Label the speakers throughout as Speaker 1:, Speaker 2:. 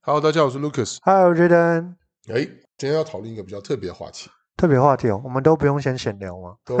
Speaker 1: Hello，大家好，我是 Lucas。
Speaker 2: 嗨，我觉得
Speaker 1: 哎，今天要讨论一个比较特别的话 题，
Speaker 2: 特别话题哦，我们都不用先闲聊吗？
Speaker 1: 都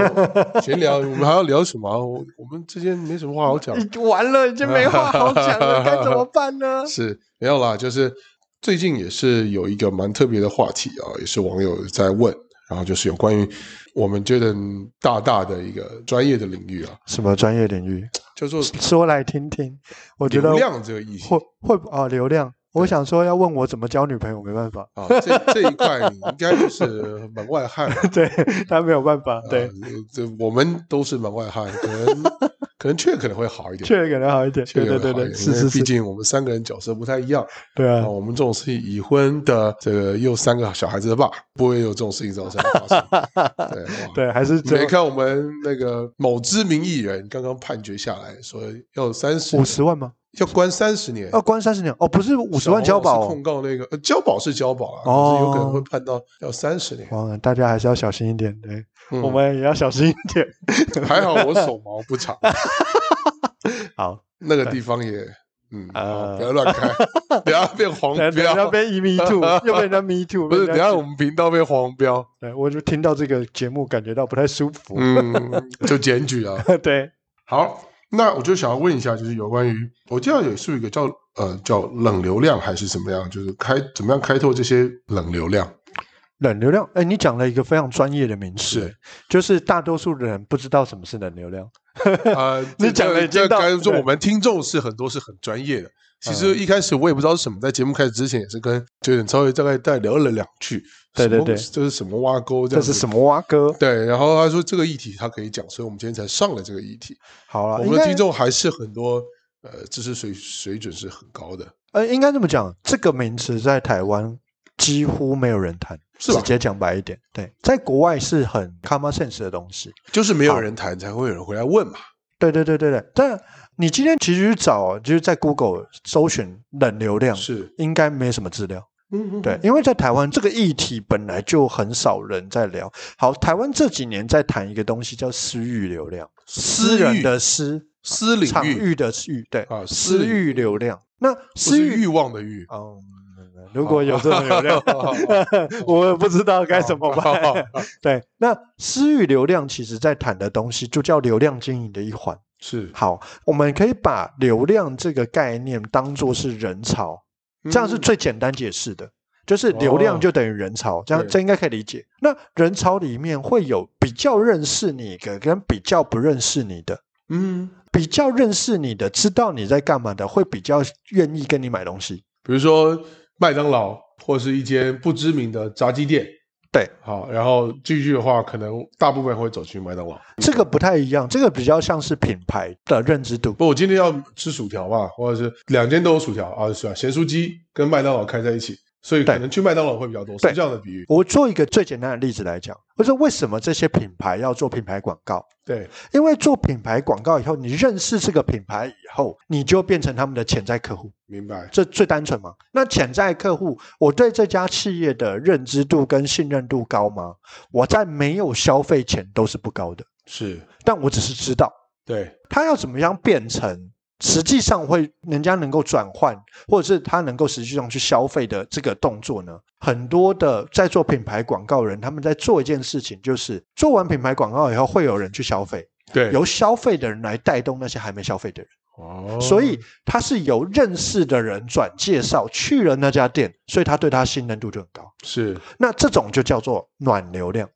Speaker 1: 闲聊，我们还要聊什么啊？我我们之间没什么话好讲。
Speaker 2: 嗯完了，已经没话好讲了，该怎么办呢？
Speaker 1: 是没有啦，就是最近也是有一个蛮特别的话题啊，也是网友在问，然后就是有关于我们觉得大大的一个专业的领域啊，
Speaker 2: 什么专业领域？
Speaker 1: 叫做
Speaker 2: 说来听听。我觉得
Speaker 1: 流量这个议题
Speaker 2: 会会不啊，流量。我想说要问我怎么交女朋友，没办法，
Speaker 1: 啊，这这一块你应该就是门外汉 了。
Speaker 2: 对他没有办法，对
Speaker 1: 呃，这我们都是门外汉，可 能可能确可能会好一点，
Speaker 2: 确实可能好一点。
Speaker 1: 确
Speaker 2: 对对
Speaker 1: 可能
Speaker 2: 对
Speaker 1: 好一
Speaker 2: 对，
Speaker 1: 点
Speaker 2: 是
Speaker 1: 因为
Speaker 2: 是
Speaker 1: 毕
Speaker 2: 是，
Speaker 1: 竟我们三个人角色不太一样。
Speaker 2: 对
Speaker 1: 啊，
Speaker 2: 啊，
Speaker 1: 我们这种是已婚的，这个又三个小孩子的爸，不会有这种事情造成发生。对，哇
Speaker 2: 对，还是
Speaker 1: 你
Speaker 2: 只有
Speaker 1: 没看我们那个某知名艺人刚刚判决下来，说要三十
Speaker 2: 五十万吗？
Speaker 1: 要关三十年。
Speaker 2: 要关三十年哦，不是五十万交
Speaker 1: 小红老
Speaker 2: 保
Speaker 1: 师
Speaker 2: 哦
Speaker 1: 控。告那个呃交保是交保啊，
Speaker 2: 哦
Speaker 1: 可是有可能会判到要三十年。
Speaker 2: 哇，大家还是要小心一点，对，
Speaker 1: 嗯
Speaker 2: 我们也要小心一点。
Speaker 1: 还好我手毛不长，
Speaker 2: 好，
Speaker 1: 那个地方也嗯，
Speaker 2: 呃
Speaker 1: 好不要乱开， 等下变黄
Speaker 2: 等等下
Speaker 1: 标，
Speaker 2: 被 me too，又被人家 me too，
Speaker 1: 不是等
Speaker 2: 被人家
Speaker 1: 下我们频道被黄标，
Speaker 2: 对，我就听到这个节目，感觉到不太舒服。
Speaker 1: 嗯，就检举啊。
Speaker 2: 对，
Speaker 1: 好，那我就想要问一下，就是有关于我记得有是有一个叫呃叫冷流量还是怎么样，就是开怎么样开拓这些冷流 量？
Speaker 2: 冷流量，哎，你讲了一个非常专业的名词
Speaker 1: 是，
Speaker 2: 就是大多数人不知道什么是冷流量。
Speaker 1: 呃，
Speaker 2: 啊你讲了已经到
Speaker 1: 该说
Speaker 2: 对嗯
Speaker 1: 我们听众是很多是很专业的。其实一开始我也不知道是什么，在节目开始之前也是跟九点稍微大概再聊了两句，
Speaker 2: 对对
Speaker 1: 什么
Speaker 2: 对
Speaker 1: 这是什么挖沟这
Speaker 2: 这
Speaker 1: 样子，
Speaker 2: 是什么蛙哥？
Speaker 1: 对，然后他说这个议题他可以讲，所以我们今天才上了这个议题。
Speaker 2: 好了，
Speaker 1: 我
Speaker 2: 啊应
Speaker 1: 们的
Speaker 2: 该
Speaker 1: 听众还是很多，呃，知识水水准是很高的，
Speaker 2: 呃，应该这么讲，这个名词在台湾几乎没有人谈，
Speaker 1: 是吧
Speaker 2: 直接讲白一点，对，在国外是很 common sense 的东西。
Speaker 1: 就是没有人谈，才会有人回来问嘛。
Speaker 2: 对对对对对，但你今天其实去找，就是在 Google 搜寻冷流量，
Speaker 1: 是，
Speaker 2: 应该没什么资料。
Speaker 1: 嗯，
Speaker 2: 对，，因为在台湾这个议题本来就很少人在聊。好，台湾这几年在谈一个东西叫私域流量，私人的私，
Speaker 1: 私领
Speaker 2: 场
Speaker 1: 域
Speaker 2: 域的域，对，
Speaker 1: 啊私
Speaker 2: 私
Speaker 1: 领
Speaker 2: 域流量。那
Speaker 1: 不
Speaker 2: 私
Speaker 1: 是
Speaker 2: 域，
Speaker 1: 欲望的欲。
Speaker 2: 嗯，如果有这种流量，
Speaker 1: 哦
Speaker 2: 我也不知道该怎么办。
Speaker 1: 办？
Speaker 2: 对，那私域流量其实在谈的东西就叫流量经营的一环。
Speaker 1: 是
Speaker 2: 好，我们可以把流量这个概念当做是人潮，
Speaker 1: 嗯
Speaker 2: 这样是最简单解释的，就是流量就等于人潮，这样
Speaker 1: 对
Speaker 2: 这应该可以理解。那人潮里面会有比较认识你的跟比较不认识你的，
Speaker 1: 嗯，嗯
Speaker 2: 比较认识你的知道你在干嘛的，会比较愿意跟你买东西。
Speaker 1: 比如说麦当劳或是一间不知名的炸鸡店。
Speaker 2: 对，
Speaker 1: 好，然后继续的话，可能大部分人会走去麦当劳。
Speaker 2: 这个不太一样，这个比较像是品牌的认知度。
Speaker 1: 不，我今天要吃薯条嘛，或者是两间都有薯条啊，是吧？咸酥鸡跟麦当劳开在一起，所以可
Speaker 2: 对
Speaker 1: 能去麦当劳会比较多，是
Speaker 2: 对
Speaker 1: 这样的比喻。
Speaker 2: 我做一个最简单的例子来讲，就是为什么这些品牌要做品牌广告？
Speaker 1: 对，
Speaker 2: 因为做品牌广告以后，你认识这个品牌以后，你就变成他们的潜在客户。
Speaker 1: 明白。
Speaker 2: 这最单纯嘛？那潜在客户，我对这家企业的认知度跟信任度高吗？我在没有消费前都是不高的，
Speaker 1: 是，
Speaker 2: 但我只是知道
Speaker 1: 对，
Speaker 2: 它要怎么样变成实际上会人家能够转换，或者是他能够实际上去消费的这个动作呢？很多的在做品牌广告人，他们在做一件事情，就是做完品牌广告以后，会有人去消费，
Speaker 1: 对，
Speaker 2: 由消费的人来带动那些还没消费的人。
Speaker 1: 哦，
Speaker 2: 所以他是由认识的人转介绍去了那家店，所以他对他信任度就很高。
Speaker 1: 是
Speaker 2: 那这种就叫做暖流量，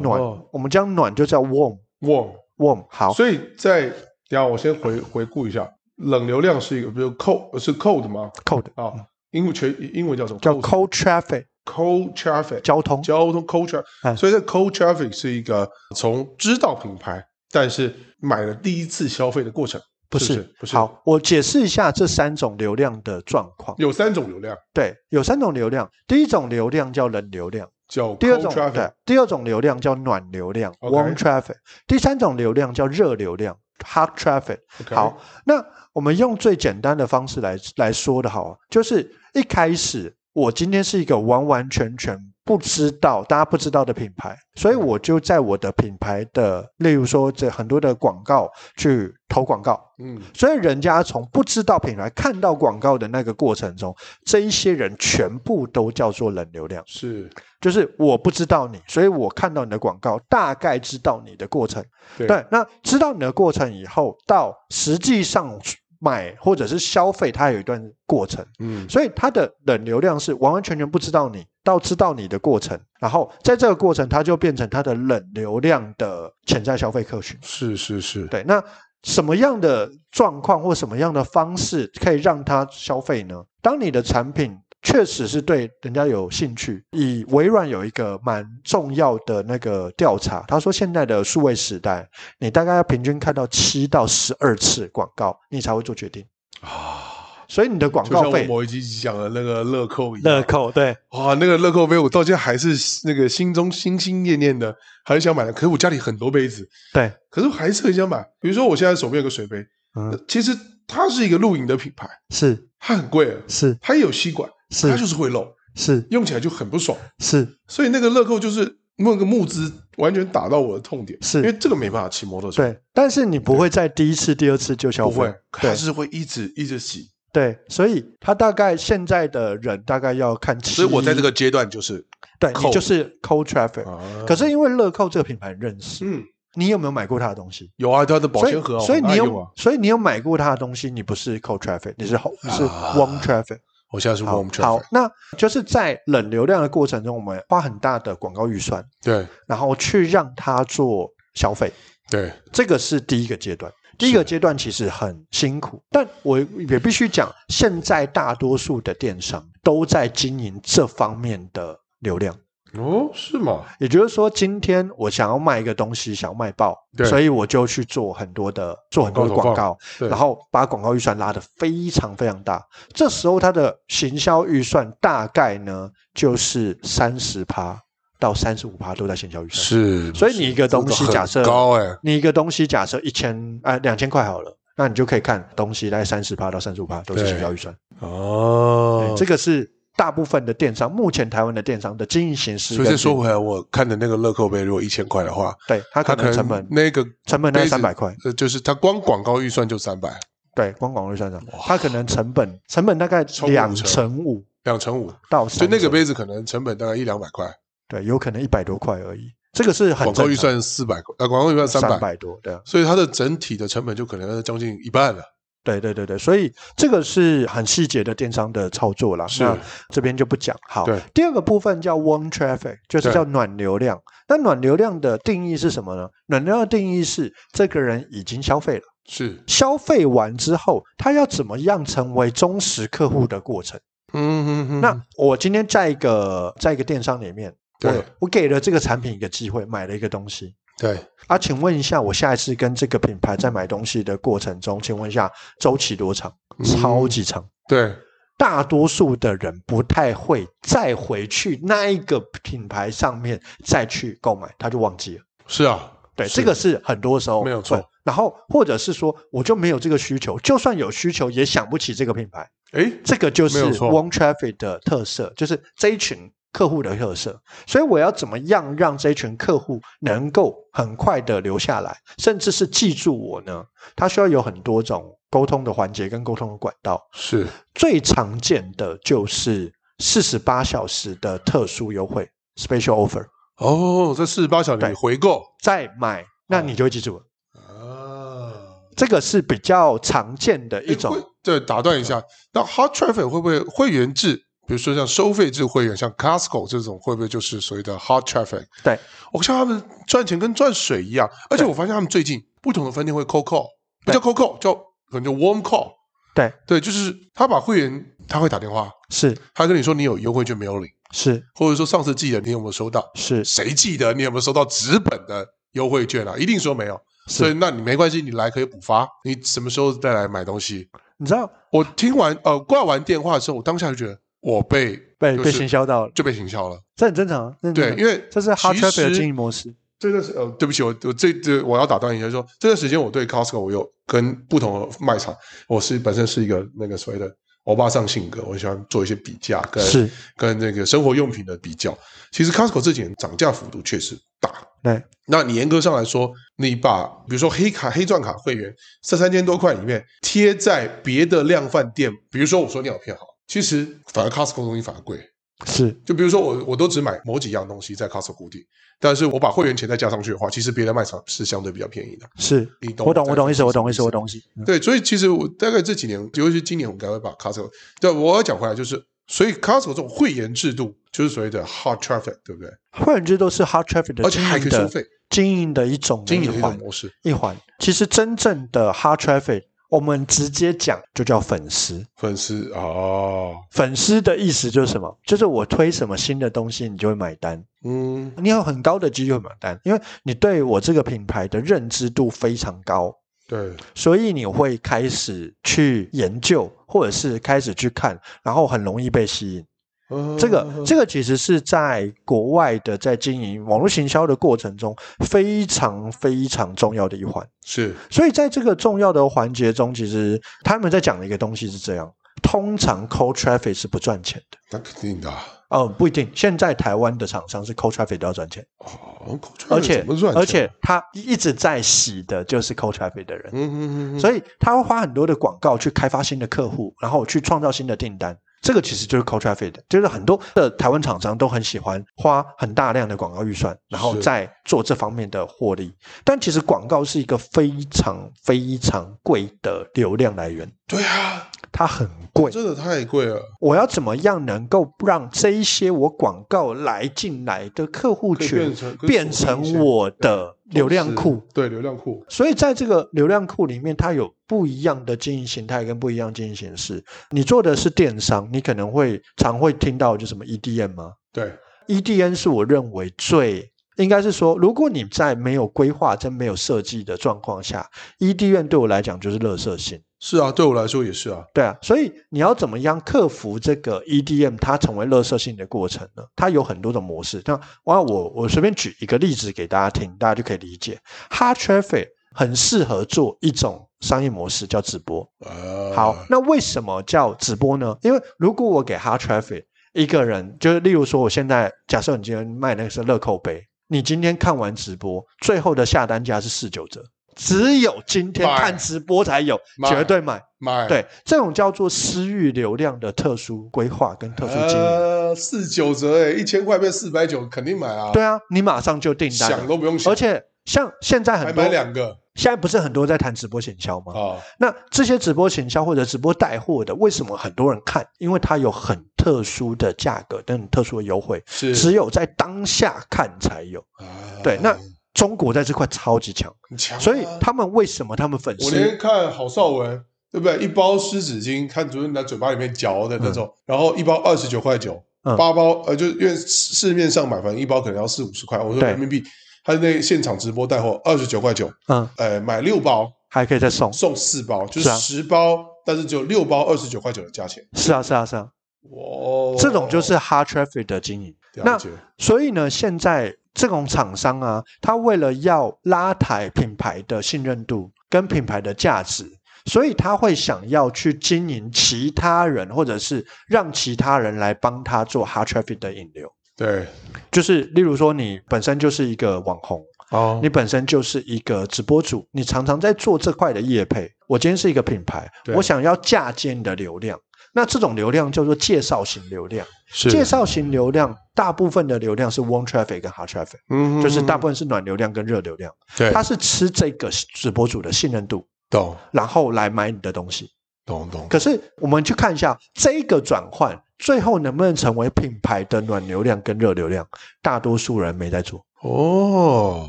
Speaker 2: 暖，
Speaker 1: 哦
Speaker 2: 我们将暖就叫 warm
Speaker 1: 哇，
Speaker 2: warm。好，
Speaker 1: 所以在等一下我先回回顾一下，冷流量是一个，比如 cold 是 cold 吗？
Speaker 2: cold
Speaker 1: 啊，英文全英文叫什么？
Speaker 2: 嗯叫 cold traffic
Speaker 1: cold traffic
Speaker 2: 交通，
Speaker 1: 交通 cold traffic，、
Speaker 2: 嗯
Speaker 1: 所以这 cold traffic 是一个从知道品牌，但是买了第一次消费的过程，
Speaker 2: 不
Speaker 1: 是
Speaker 2: 是
Speaker 1: 不是？，
Speaker 2: 好，我解释一下这三种流量的状况。
Speaker 1: 有三种流量
Speaker 2: 对，有三种流量，第一种流量叫冷流量，
Speaker 1: 叫
Speaker 2: 第二
Speaker 1: cold
Speaker 2: 种
Speaker 1: traffic，
Speaker 2: 对，第二种流量叫暖流量
Speaker 1: OK
Speaker 2: warm traffic，第三种流量叫热流量 hot traffic。
Speaker 1: OK，
Speaker 2: 好，那我们用最简单的方式来来说的好了，就是一开始我今天是一个完完全全不知道大家不知道的品牌，所以我就在我的品牌的，例如说这很多的广告去投广告，
Speaker 1: 嗯，
Speaker 2: 所以人家从不知道品牌看到广告的那个过程中，这一些人全部都叫做冷流量，
Speaker 1: 是
Speaker 2: 就是我不知道你，所以我看到你的广告，大概知道你的过程。
Speaker 1: 对
Speaker 2: 对，那知道你的过程以后，到实际上买或者是消费，它有一段过程。
Speaker 1: 嗯
Speaker 2: 所以它的冷流量是完完全全不知道你到知道你的过程，然后在这个过程，它就变成它的冷流量的潜在消费客群。
Speaker 1: 是是是，
Speaker 2: 对，那什么样的状况或什么样的方式可以让他消费呢？当你的产品确实是对人家有兴趣，以微软有一个蛮重要的那个调查，他说现在的数位时代，你大概要平均看到七到十二次广告，你才会做决定。
Speaker 1: 啊，
Speaker 2: 所以你的广
Speaker 1: 就像
Speaker 2: 告
Speaker 1: 我
Speaker 2: 费，
Speaker 1: 某一集讲的那个乐扣一
Speaker 3: 乐
Speaker 1: 样，
Speaker 3: 扣对，
Speaker 1: 哇，那个乐扣杯我到今天还是那个心中心心念念的，很想买的。可是我家里很多杯子，
Speaker 2: 对，
Speaker 1: 可是我还是很想买。比如说我现在手边有个水杯，
Speaker 2: 嗯，
Speaker 1: 其实它是一个露营的品牌，
Speaker 2: 是
Speaker 1: 它很贵，
Speaker 2: 是
Speaker 1: 它也有吸管，它就是是会漏，
Speaker 2: 是
Speaker 1: 用起来就很不爽。
Speaker 2: 是
Speaker 1: 所以那个乐扣就是那个募资完全打到我的痛点，
Speaker 2: 是
Speaker 1: 因为这个没办法骑摩托车，
Speaker 2: 对，但是你不会在第一次、第二次就消
Speaker 1: 不
Speaker 2: 费，
Speaker 1: 会，
Speaker 2: 对
Speaker 1: 它是会一直一直洗。
Speaker 2: 对，所以他大概现在的人大概要看七，
Speaker 1: 所以我在这个阶段就是
Speaker 2: 对你
Speaker 1: 扣
Speaker 2: 就是 cold traffic、
Speaker 1: 啊，
Speaker 2: 可是因为乐扣这个品牌很认识，
Speaker 1: 嗯，
Speaker 2: 你有没有买过它的东西？
Speaker 1: 有啊，它的保
Speaker 2: 所
Speaker 1: 鲜
Speaker 2: 以
Speaker 1: 盒啊，
Speaker 2: 所以
Speaker 1: 我
Speaker 2: 你
Speaker 1: 哪
Speaker 2: 有
Speaker 1: 有啊？
Speaker 2: 所以你有买过它的东西，你不是 cold traffic，你是 ho- 是
Speaker 1: 啊
Speaker 2: warm traffic。
Speaker 1: 我现在是
Speaker 2: 好
Speaker 1: warm，
Speaker 2: 好
Speaker 1: traffic，，
Speaker 2: 那就是在冷流量的过程中，我们花很大的广告预算，
Speaker 1: 对
Speaker 2: 然后去让它做消费。
Speaker 1: 对，
Speaker 2: 这个是第一个阶段。第一个阶段其实很辛苦，但我也必须讲，现在大多数的电商都在经营这方面的流量。
Speaker 1: 哦，是吗？
Speaker 2: 也就是说，今天我想要卖一个东西，想要卖爆，
Speaker 1: 对
Speaker 2: 所以我就去做很多的做很多的广
Speaker 1: 广告
Speaker 2: 告，
Speaker 1: 对，
Speaker 2: 然后把广告预算拉得非常非常大。这时候它的行销预算大概呢就是三十趴到三十五趴都在行销预算。
Speaker 1: 是，
Speaker 2: 所以你一个东西
Speaker 1: 这个很
Speaker 2: 假设
Speaker 1: 高哎、
Speaker 2: 你一个东西假设一千哎两千块好了，那你就可以看东西大概三十趴到三十五趴都是
Speaker 1: 对
Speaker 2: 行销预算。
Speaker 1: 哦
Speaker 2: 对，这个是大部分的电商，目前台湾的电商的经营形式
Speaker 1: 所
Speaker 2: 跟。
Speaker 1: 以再说回来，我看的那个乐扣杯，如果一千块的话，
Speaker 2: 对它可
Speaker 1: 它
Speaker 2: 能
Speaker 1: 能
Speaker 2: 成本
Speaker 1: 那个
Speaker 2: 成本大概
Speaker 1: 杯子
Speaker 2: 三百块，
Speaker 1: 呃，就是它光广告预算就三百，
Speaker 2: 对，光广告预算上，它可能成本成本大概
Speaker 1: 超过五
Speaker 2: 两
Speaker 1: 成
Speaker 2: 成五
Speaker 1: 两乘五，
Speaker 2: 到
Speaker 1: 所以
Speaker 2: 三成，
Speaker 1: 那个杯子可能成本大概一两百块，
Speaker 2: 对，有可能一百多块而已，这个是很
Speaker 1: 广告
Speaker 2: 正
Speaker 1: 预
Speaker 2: 常
Speaker 1: 算四百块，呃，广告预算三
Speaker 2: 三
Speaker 1: 百，
Speaker 2: 百多，对啊，
Speaker 1: 所以它的整体的成本就可能要将近一半了。
Speaker 2: 对对对对，所以这个是很细节的电商的操作啦。
Speaker 1: 是
Speaker 2: 那这边就不讲。好
Speaker 1: 对，
Speaker 2: 第二个部分叫 warm traffic，就是
Speaker 1: 对
Speaker 2: 叫暖流量。那暖流量的定义是什么呢？暖流量的定义是这个人已经消费了，
Speaker 1: 是，
Speaker 2: 消费完之后，他要怎么样成为忠实客户的过程。
Speaker 1: 嗯嗯嗯，
Speaker 2: 那我今天在一个在一个电商里面，我
Speaker 1: 对
Speaker 2: 我给了这个产品一个机会，买了一个东西。
Speaker 1: 对，
Speaker 2: 啊，请问一下，我下一次跟这个品牌在买东西的过程中，请问一下周期多长？
Speaker 1: 嗯
Speaker 2: 超级长。
Speaker 1: 对，
Speaker 2: 大多数的人不太会再回去那一个品牌上面再去购买，他就忘记了。
Speaker 1: 是啊，
Speaker 2: 对，
Speaker 1: 是
Speaker 2: 这个是很多时候
Speaker 1: 没有错
Speaker 2: 会。然后或者是说，我就没有这个需求，就算有需求也想不起这个品牌。
Speaker 1: 哎，
Speaker 2: 这个就是
Speaker 1: 没有错
Speaker 2: One Traffic 的特色，就是这一群客户的特色。所以我要怎么样让这一群客户能够很快的留下来，甚至是记住我呢？他需要有很多种沟通的环节跟沟通的管道。
Speaker 1: 是
Speaker 2: 最常见的就是四十八小时的特殊优惠 （special offer），
Speaker 1: 哦，这四十八小
Speaker 2: 对
Speaker 1: 时回购
Speaker 2: 再买那
Speaker 1: 哦
Speaker 2: 你就会记住了。
Speaker 1: 啊。
Speaker 2: 这个是比较常见的一种
Speaker 1: 会。对，打断一下，那 Hot Traffic 会不会会员制？比如说像收费制会员，像 Costco 这种，会不会就是所谓的 Hot Traffic？
Speaker 2: 对，
Speaker 1: 我看他们赚钱跟赚水一样，而且我发现他们最近不同的分店会 cold call，不叫 cold call，叫可能叫 warm call。
Speaker 2: 对，
Speaker 1: 对，就是他把会员他会打电话，
Speaker 2: 是
Speaker 1: 他跟你说你有优惠券没有领，
Speaker 2: 是
Speaker 1: 或者说上次寄的你有没有收到？
Speaker 2: 是
Speaker 1: 谁寄的？你有没有收到纸本的优惠券啊？一定说没有，所以
Speaker 2: 是，
Speaker 1: 那你没关系，你来可以补发，你什么时候再来买东西？
Speaker 2: 你知道
Speaker 1: 我听完呃挂完电话之后，我当下就觉得我被
Speaker 2: 被
Speaker 1: 就
Speaker 2: 被
Speaker 1: 是
Speaker 2: 行销到了，
Speaker 1: 就被行销了。
Speaker 2: 这很正常啊。这很正
Speaker 1: 对，
Speaker 2: 常
Speaker 1: 因为
Speaker 2: 这是 hard
Speaker 1: 其
Speaker 2: traffic 的
Speaker 1: 实
Speaker 2: 经营模式。
Speaker 1: 这段时呃，对不起，我我这这我要打断一下说，这段时间我对 Costco 我有跟不同的卖场，我是本身是一个那个所谓的。欧巴桑性格，我喜欢做一些比价跟
Speaker 2: 是
Speaker 1: 跟那个生活用品的比较。其实 Costco 这几年涨价幅度确实大。
Speaker 2: 对，
Speaker 1: 那你严格上来说，你把比如说黑卡、黑钻卡会员这三千多块里面贴在别的量贩店，比如说我说尿片好，其实反而 Costco 东西反而贵。
Speaker 2: 是
Speaker 1: 就比如说我我都只买某几样东西在 Costco 固定，但是我把会员钱再加上去的话，其实别的卖场是相对比较便宜的。
Speaker 2: 是，
Speaker 1: 你懂
Speaker 2: 我懂
Speaker 1: 在
Speaker 2: 我懂意思，
Speaker 1: 说
Speaker 2: 我
Speaker 1: 什么
Speaker 2: 懂意思，我懂意思。嗯
Speaker 1: 对，所以其实我大概这几年，尤其是今年，我们才会把 Costco。对，我要讲回来就是，所以 Costco 这种会员制度就是所谓的 hard traffic，对不对？
Speaker 2: 会员制度是 Hard Traffic 的
Speaker 1: 而且
Speaker 2: 经
Speaker 1: 还可
Speaker 2: 营
Speaker 1: 以收
Speaker 2: 的
Speaker 1: 费，
Speaker 2: 经营的一种
Speaker 1: 经营
Speaker 2: 一
Speaker 1: 的一种
Speaker 2: 环
Speaker 1: 模式，
Speaker 2: 一环。其实真正的 Hard Traffic，我们直接讲就叫粉丝。
Speaker 1: 粉丝哦，
Speaker 2: 粉丝的意思就是什么？就是我推什么新的东西，你就会买单。
Speaker 1: 嗯，
Speaker 2: 你有很高的几率会买单，因为你对我这个品牌的认知度非常高，
Speaker 1: 对，
Speaker 2: 所以你会开始去研究，或者是开始去看，然后很容易被吸引。
Speaker 1: 嗯
Speaker 2: 这个这个其实是在国外的在经营网络行销的过程中非常非常重要的一环。
Speaker 1: 是
Speaker 2: 所以在这个重要的环节中，其实他们在讲的一个东西是这样：通常 cold traffic 是不赚钱的。
Speaker 1: 那肯定的啊。
Speaker 2: 哦，不一定。现在台湾的厂商是 cold traffic 都要赚钱，
Speaker 1: 哦，口传
Speaker 2: 而
Speaker 1: 人
Speaker 2: 且
Speaker 1: 怎么赚
Speaker 2: 而
Speaker 1: 钱
Speaker 2: 且他一直在洗的就是 cold traffic 的人，
Speaker 1: 嗯嗯嗯，
Speaker 2: 所
Speaker 1: 以
Speaker 2: 以他会花很多的广告去开发新的客户，然后去创造新的订单。这个其实就是 cold traffic 的，就是很多的台湾厂商都很喜欢花很大量的广告预算，然后
Speaker 1: 是
Speaker 2: 再做这方面的获利。但其实广告是一个非常非常贵的流量来源，
Speaker 1: 对啊，
Speaker 2: 它很贵。
Speaker 1: 真的太贵了，
Speaker 2: 我要怎么样能够让这一些我广告来进来的客户
Speaker 1: 可以
Speaker 2: 群
Speaker 1: 变成可以
Speaker 2: 变
Speaker 1: 锁定一
Speaker 2: 成
Speaker 1: 些
Speaker 2: 我的流量库？
Speaker 1: 是对流量库，
Speaker 2: 所以在这个流量库里面，它有不一样的经营形态跟不一样的经营形式。你做的是电商，你可能会常会听到就什么 EDM 吗
Speaker 1: 对，
Speaker 2: ？EDM 是我认为最应该是说，如果你在没有规划、真没有设计的状况下，EDM 对我来讲就是垃圾性。
Speaker 1: 是啊，对我来说也是啊，
Speaker 2: 对啊，所以你要怎么样克服这个 EDM 它成为垃圾性的过程呢？它有很多种模式。那我我我随便举一个例子给大家听，大家就可以理解。Hard Traffic 很适合做一种商业模式，叫直播。
Speaker 1: 呃，
Speaker 2: 好，那为什么叫直播呢？因为如果我给 Hard Traffic 一个人，就是例如说，我现在假设你今天卖那个是乐扣杯，你今天看完直播，最后的下单价是四九折，只有今天
Speaker 1: 买
Speaker 2: 看直播才有，
Speaker 1: 买
Speaker 2: 绝对买。
Speaker 1: 买
Speaker 2: 对，这种叫做私域流量的特殊规划跟特殊经营。
Speaker 1: 呃，四九折哎，一千块变四百九，肯定买啊。
Speaker 2: 对啊，你马上就订单
Speaker 1: 想
Speaker 2: 了，
Speaker 1: 都不用想，
Speaker 2: 而且像现在
Speaker 1: 还
Speaker 2: 很多
Speaker 1: 买，两个
Speaker 2: 现在不是很多在谈直播行销吗？
Speaker 1: 啊，
Speaker 2: 那这些直播行销或者直播带货的，为什么很多人看？因为它有很特殊的价格跟很特殊的优惠，
Speaker 1: 是
Speaker 2: 只有在当下看才有。
Speaker 1: 啊
Speaker 2: 对，那中国在这块超级强，
Speaker 1: 很强啊。
Speaker 2: 所以他们为什么他们粉
Speaker 1: 我
Speaker 2: 丝
Speaker 1: 连看郝邵文，对不对？一包湿纸巾，看主任在嘴巴里面嚼的那种，然后一包二十九块九，
Speaker 2: 嗯
Speaker 1: 八包呃，就是因为市市面上买，反正一包可能要四五十块，我说
Speaker 2: 对
Speaker 1: 人民币，他那现场直播带货二十九块九，
Speaker 2: 嗯
Speaker 1: 呃，买六包
Speaker 2: 还可以再送？
Speaker 1: 送四包，就是
Speaker 2: 是啊
Speaker 1: 十包，但是只有六包二十九块九的价钱。
Speaker 2: 是啊，是啊，是啊，
Speaker 1: 哇，
Speaker 2: 这种就是 hard traffic 的经营。
Speaker 1: 了
Speaker 2: 那
Speaker 1: 解
Speaker 2: 所以呢，现在这种厂商啊，他为了要拉抬品牌的信任度跟品牌的价值，所以他会想要去经营其他人，或者是让其他人来帮他做 hard traffic 的引流。
Speaker 1: 对
Speaker 2: 就是例如说，你本身就是一个网红，
Speaker 1: 哦
Speaker 2: 你本身就是一个直播主，你常常在做这块的业配。我今天是一个品牌，
Speaker 1: 对
Speaker 2: 我想要嫁接你的流量，那这种流量叫做介绍型流量。
Speaker 1: 是
Speaker 2: 介绍型流量，大部分的流量是 warm traffic 跟 hard traffic，
Speaker 1: 嗯
Speaker 2: 就是大部分是暖流量跟热流量，
Speaker 1: 对
Speaker 2: 它是吃这个直播主的信任度，
Speaker 1: 懂
Speaker 2: 然后来买你的东西。
Speaker 1: 懂懂，
Speaker 2: 可是我们去看一下这个转换，最后能不能成为品牌的暖流量跟热流量，大多数人没在做，
Speaker 1: 哦。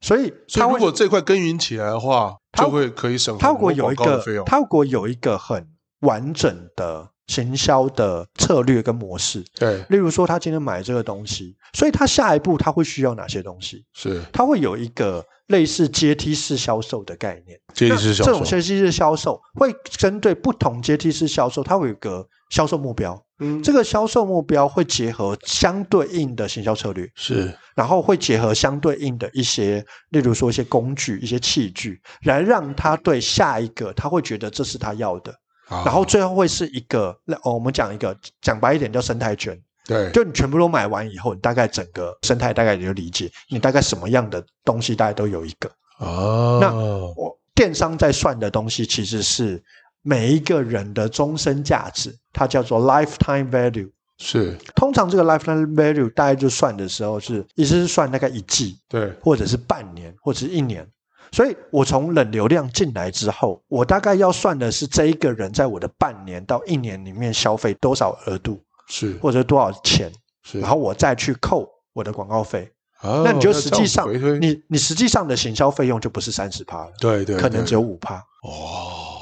Speaker 2: 所以
Speaker 1: 所
Speaker 2: 它
Speaker 1: 以如
Speaker 2: 会
Speaker 1: 果这块耕耘起来的话，
Speaker 2: 它
Speaker 1: 就会可以省
Speaker 2: 它
Speaker 1: 很
Speaker 2: 如果
Speaker 1: 多
Speaker 2: 有一
Speaker 1: 广告的
Speaker 2: 个
Speaker 1: 费用。
Speaker 2: 它如果有一个很完整的行销的策略跟模式，
Speaker 1: 对，
Speaker 2: 例如说他今天买这个东西，所以他下一步他会需要哪些东西？
Speaker 1: 是
Speaker 2: 它会有一个类似阶梯式销售的概念。
Speaker 1: 阶梯式销
Speaker 2: 这种
Speaker 1: 售。
Speaker 2: 阶梯式销售会针对不同阶梯式销售，它会有一个销售目标。
Speaker 1: 嗯
Speaker 2: 这个销售目标会结合相对应的行销策略，
Speaker 1: 是
Speaker 2: 然后会结合相对应的一些，例如说一些工具、一些器具，来让他对下一个他会觉得这是他要的，
Speaker 1: 然
Speaker 2: 然后最后会是一个，那哦，我们讲一个讲白一点叫生态圈，
Speaker 1: 对，
Speaker 2: 就你全部都买完以后，你大概整个生态大概你就理解，你大概什么样的东西大概都有一个。
Speaker 1: 啊，
Speaker 2: 那我电商在算的东西其实是每一个人的终身价值，它叫做 lifetime value。
Speaker 1: 是
Speaker 2: 通常这个 lifetime value 大概就算的时候是，也就是算大概一季，
Speaker 1: 对
Speaker 2: 或者是半年，或者是一年。所以我从冷流量进来之后，我大概要算的是这一个人在我的半年到一年里面消费多少额度，
Speaker 1: 是
Speaker 2: 或者多少钱，
Speaker 1: 是，
Speaker 2: 然后我再去扣我的广告费。
Speaker 1: 哦
Speaker 2: 那你就实
Speaker 1: 这样
Speaker 2: 际上
Speaker 1: 回推，
Speaker 2: 你你实际上的行销费用就不是三十趴了，
Speaker 1: 对对，
Speaker 2: 可能
Speaker 1: 对
Speaker 2: 只有五趴。
Speaker 1: 哦，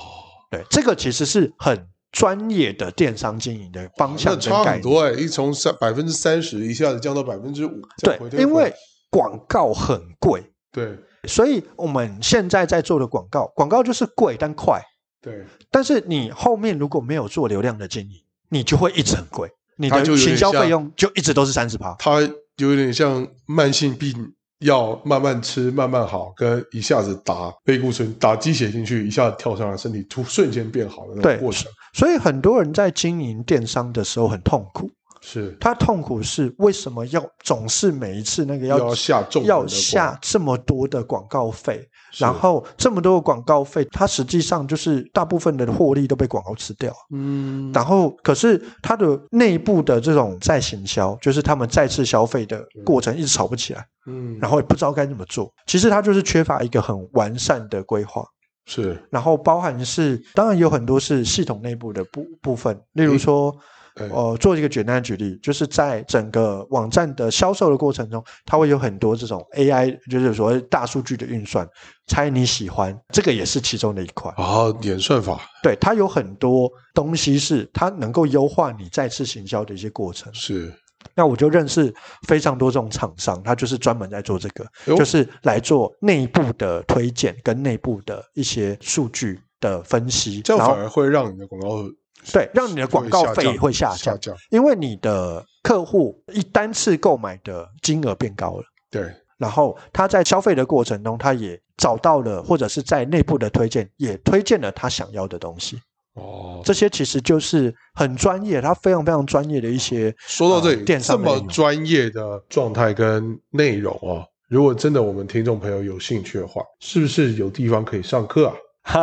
Speaker 2: 对，这个其实是很专业的电商经营的方向
Speaker 1: 那
Speaker 2: 跟
Speaker 1: 差
Speaker 2: 概
Speaker 1: 很
Speaker 2: 念。
Speaker 1: 多哎，一从三百分之三十一下子降到百分之五，这样
Speaker 2: 对
Speaker 1: 回，推
Speaker 2: 因
Speaker 1: 回
Speaker 2: 为广告很贵，
Speaker 1: 对
Speaker 2: 所以我们现在在做的广告，广告就是贵但快，
Speaker 1: 对
Speaker 2: 但是你后面如果没有做流量的经营，你就会一直很贵，你
Speaker 1: 它
Speaker 2: 的
Speaker 1: 就有
Speaker 2: 行
Speaker 1: 点
Speaker 2: 销费
Speaker 1: 像
Speaker 2: 用就一直都是三十趴。
Speaker 1: 它有点像慢性病药，慢慢吃，慢慢好，跟一下子打类固醇、打鸡血进去，一下子跳上来，身体突瞬间变好的那
Speaker 2: 对
Speaker 1: 种过程。
Speaker 2: 所以很多人在经营电商的时候很痛苦，
Speaker 1: 是
Speaker 2: 他痛苦是为什么要总是每一次那个要
Speaker 1: 要下重本的
Speaker 2: 要
Speaker 1: 广
Speaker 2: 下这么多的广告费，
Speaker 1: 是
Speaker 2: 然后这么多的广告费，它实际上就是大部分的获利都被广告吃掉。
Speaker 1: 嗯，
Speaker 2: 然后，可是它的内部的这种再行销，就是他们再次消费的过程一直吵不起来，
Speaker 1: 嗯，
Speaker 2: 然后也不知道该怎么做。其实它就是缺乏一个很完善的规划，
Speaker 1: 是
Speaker 2: 然后包含是当然有很多是系统内部的部部分，例如说。
Speaker 1: 哎
Speaker 2: 呃，做一个简单的举例，就是在整个网站的销售的过程中，它会有很多这种 AI，就是所谓大数据的运算，猜你喜欢，这个也是其中的一块。
Speaker 1: 然后演算法
Speaker 2: 对，它有很多东西是它能够优化你再次行销的一些过程。
Speaker 1: 是
Speaker 2: 那我就认识非常多这种厂商，他就是专门在做这个，
Speaker 1: 哎呦
Speaker 2: 就是来做内部的推荐跟内部的一些数据的分析，
Speaker 1: 这样
Speaker 2: 然
Speaker 1: 反
Speaker 2: 后
Speaker 1: 而会让你的广告
Speaker 2: 对让你的广告费会下
Speaker 1: 下
Speaker 2: 降，
Speaker 1: 降，
Speaker 2: 因为你的客户一单次购买的金额变高了。
Speaker 1: 对
Speaker 2: 然后他在消费的过程中，他也找到了，或者是在内部的推荐，也推荐了他想要的东西。
Speaker 1: 哦。
Speaker 2: 这些其实就是很专业，他非常非常专业的一些
Speaker 1: 说到这里，
Speaker 2: 呃电
Speaker 1: 这
Speaker 2: 商的
Speaker 1: 么
Speaker 2: 内容
Speaker 1: 专业的状态跟内容啊，如果真的我们听众朋友有兴趣的话，是不是有地方可以上课啊？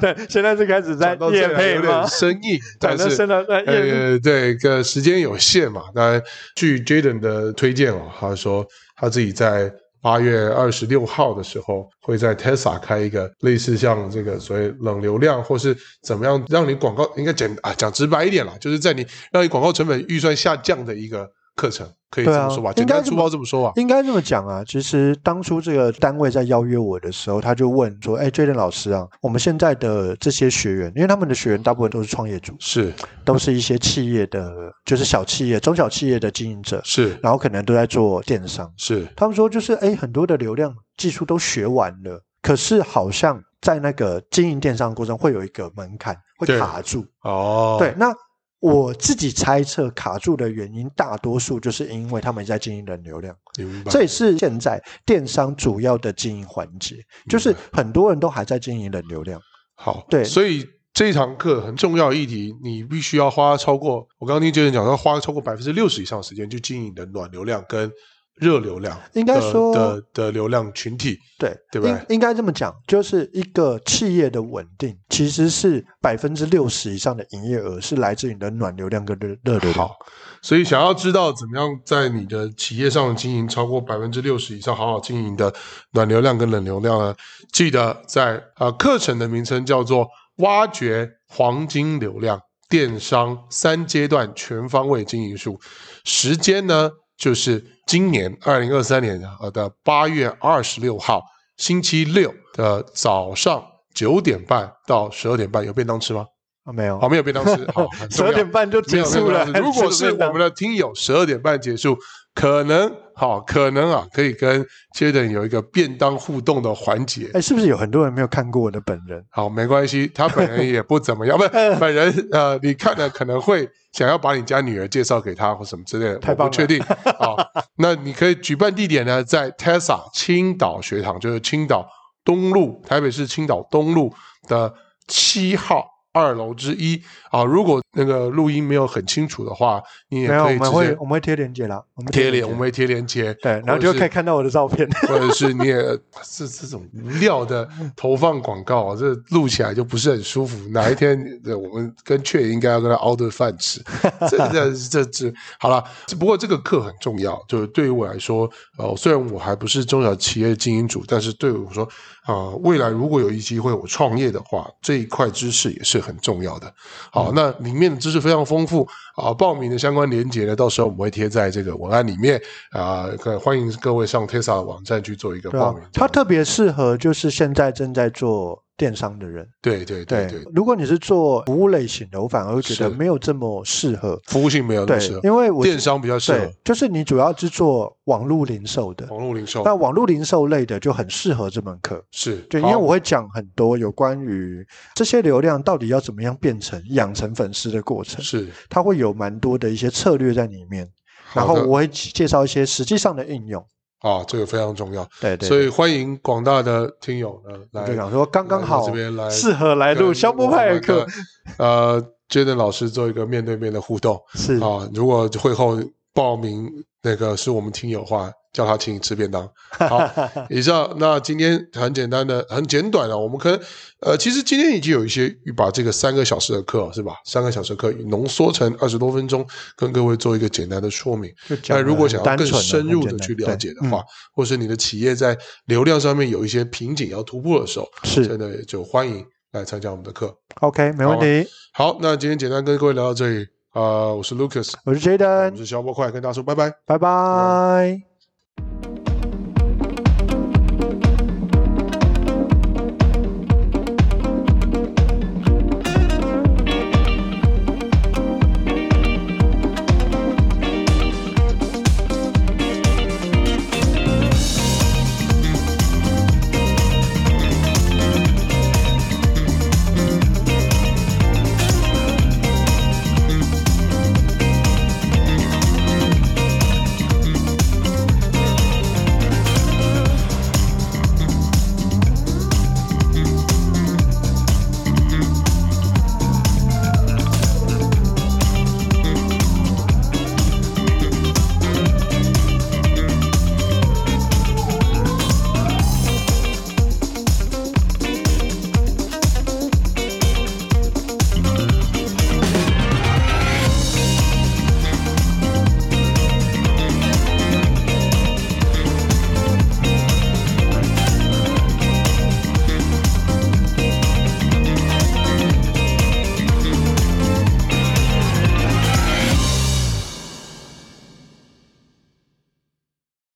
Speaker 2: 对，现在就开始在
Speaker 1: 讲到这
Speaker 2: 夜
Speaker 1: 来
Speaker 2: 配
Speaker 1: 有
Speaker 2: 吗
Speaker 1: 点？生硬，但
Speaker 2: 讲到
Speaker 1: 是
Speaker 2: 生了在夜配
Speaker 1: 呃，对，个时间有限嘛。当然，据 Jaden 的推荐哦，他说他自己在八月二十六号的时候会在 Tesla 开一个类似像这个所谓冷流量，或是怎么样让你广告应该简啊讲直白一点啦，就是在你让你广告成本预算下降的一个课程，可以这
Speaker 2: 对
Speaker 1: 么
Speaker 2: 啊
Speaker 1: 说吧？
Speaker 2: 应
Speaker 1: 简
Speaker 2: 该
Speaker 1: 单
Speaker 2: 这
Speaker 1: 粗
Speaker 2: 么
Speaker 1: 暴这么说吧。
Speaker 2: 应该这么讲啊，其实当初这个单位在邀约我的时候，他就问说：“哎，Jaden 老师啊，我们现在的这些学员，因为他们的学员大部分都是创业主，
Speaker 1: 是
Speaker 2: 都是一些企业的，就是小企业、中小企业的经营者，
Speaker 1: 是
Speaker 2: 然后可能都在做电商。
Speaker 1: 是，
Speaker 2: 他们说就是哎，很多的流量技术都学完了，可是好像在那个经营电商过程会有一个门槛，会
Speaker 1: 对
Speaker 2: 卡住。
Speaker 1: 哦，
Speaker 2: 对，那我自己猜测卡住的原因，大多数就是因为他们在经营人流量，
Speaker 1: 明白。
Speaker 2: 这也是现在电商主要的经营环节，就是很多人都还在经营人流量。
Speaker 1: 好，
Speaker 2: 对
Speaker 1: 所以这一堂课很重要的议题，你必须要花超过我刚刚听杰森讲，要花超过百分之六十以上的时间去经营你的暖流量跟热流量的，
Speaker 2: 应该说
Speaker 1: 的的流量群体，
Speaker 2: 对，
Speaker 1: 对不对
Speaker 2: 应应该这么讲，就是一个企业的稳定，其实是百分之六十以上的营业额是来自于你的暖流量跟热热流量
Speaker 1: 好。所以想要知道怎么样在你的企业上经营超过百分之六十以上好好经营的暖流量跟冷流量呢，记得在呃课程的名称叫做“挖掘黄金流量电商三阶段全方位经营术”，时间呢就是今年二零二三年呃的八月二十六号星期六的早上九点半到十二点半，有便当吃吗？哦
Speaker 2: 啊，没有
Speaker 1: 好，，没有便当吃，好，很
Speaker 2: 十
Speaker 1: 重要
Speaker 2: 二点半就
Speaker 1: 没
Speaker 2: 结
Speaker 1: 有
Speaker 2: 束了。
Speaker 1: 没有没有如果是我们
Speaker 2: 的，
Speaker 1: 的听友十二点半结束，可能好、可能啊，可以跟 Jaden 有一个便当互动的环节。
Speaker 2: 哎，是不是有很多人没有看过我的本人？
Speaker 1: 好，没关系，他本人也不怎么样， 不是，本人呃，你看了可能会想要把你家女儿介绍给他或什么之类的，
Speaker 2: 太
Speaker 1: 我
Speaker 2: 棒
Speaker 1: 不
Speaker 2: 了
Speaker 1: 确定。好，那你可以举办地点呢，在 Tesla 青岛学堂，就是青岛东路，台北市青岛东路的七号二楼之一啊。如果那个录音没有很清楚的话，你也
Speaker 2: 没有，
Speaker 1: 可
Speaker 2: 我
Speaker 1: 以直
Speaker 2: 们会
Speaker 1: 接
Speaker 2: 我们会贴链接啦，我们
Speaker 1: 贴
Speaker 2: 链
Speaker 1: 连，
Speaker 2: 接
Speaker 1: 我们会贴连接，
Speaker 2: 对，然后
Speaker 1: 或
Speaker 2: 就
Speaker 1: 者是
Speaker 2: 可以看到我的照片。
Speaker 1: 或者是你也是这种无聊的投放广告啊，这录起来就不是很舒服。哪一天呃我们跟雀应该要跟他熬顿饭吃， 这这这这好了。不过这个课很重要，就是对于我来说，呃，虽然我还不是中小企业经营主，但是对我说，啊，未来如果有一机会我创业的话，这一块知识也是很重要的。
Speaker 2: 嗯
Speaker 1: 好，那里面的知识非常丰富啊，报名的相关链接呢，到时候我们会贴在这个文案里面啊，可欢迎各位上 Tesla 的网站去做一个
Speaker 2: 对啊
Speaker 1: 报名。，
Speaker 2: 它特别适合就是现在正在做电商的人。
Speaker 1: 对对对对，
Speaker 2: 如果你是做服务类型的，我反而会觉得
Speaker 1: 是
Speaker 2: 没有这么适合。
Speaker 1: 服务性没有那
Speaker 2: 对
Speaker 1: 么适，合，
Speaker 2: 因为我
Speaker 1: 电商比较适
Speaker 2: 对
Speaker 1: 合，
Speaker 2: 就是你主要是做网络零售的，
Speaker 1: 网络零售
Speaker 2: 那网络零售类的就很适合这门课。
Speaker 1: 是。
Speaker 2: 对，因为我会讲很多有关于这些流量到底要怎么样变成养成粉丝的过
Speaker 1: 好
Speaker 2: 程，
Speaker 1: 是，
Speaker 2: 它会有蛮多的一些策略在里面，然后
Speaker 1: 好的
Speaker 2: 我会介绍一些实际上的应用。
Speaker 1: 啊，这个非常重要，
Speaker 2: 对对，
Speaker 1: 所
Speaker 2: 对
Speaker 1: 以欢迎广大的听友呢
Speaker 2: 我
Speaker 1: 来
Speaker 2: 就想说刚刚
Speaker 1: 来
Speaker 2: 好
Speaker 1: 这边来
Speaker 2: 适合来录
Speaker 1: 跟
Speaker 2: 消波派的
Speaker 1: 我，
Speaker 2: 课
Speaker 1: 们的。呃，Jaden 老师做一个面对面的互动
Speaker 2: 是
Speaker 1: 啊，如果会后报名那个是我们听友的话，叫他请你吃 便当。好，以上那今天很简单的、很简短的，我们可能呃，其实今天已经有一些把这个三个小时的课是吧，三个小时的课浓缩成二十多分钟，跟各位做一个简单的说明。
Speaker 2: 就讲
Speaker 1: 那
Speaker 2: 得
Speaker 1: 如果想
Speaker 2: 很
Speaker 1: 要
Speaker 2: 单
Speaker 1: 更
Speaker 2: 纯啊
Speaker 1: 深入
Speaker 2: 很
Speaker 1: 的
Speaker 2: 简单
Speaker 1: 去了
Speaker 2: 对
Speaker 1: 解的
Speaker 2: 嗯
Speaker 1: 话，或是你的企业在流量上面有一些瓶颈要突破的时候，真
Speaker 2: 是
Speaker 1: 的就欢迎来参加我们的课。
Speaker 2: OK，没问
Speaker 1: 好啊
Speaker 2: 题。
Speaker 1: 好，那今天简单跟各位聊到这里啊、呃我是 Lucas，
Speaker 2: 我是
Speaker 1: 我们
Speaker 2: Jaden，
Speaker 1: 是小波快，跟大家说拜拜。
Speaker 2: 拜拜。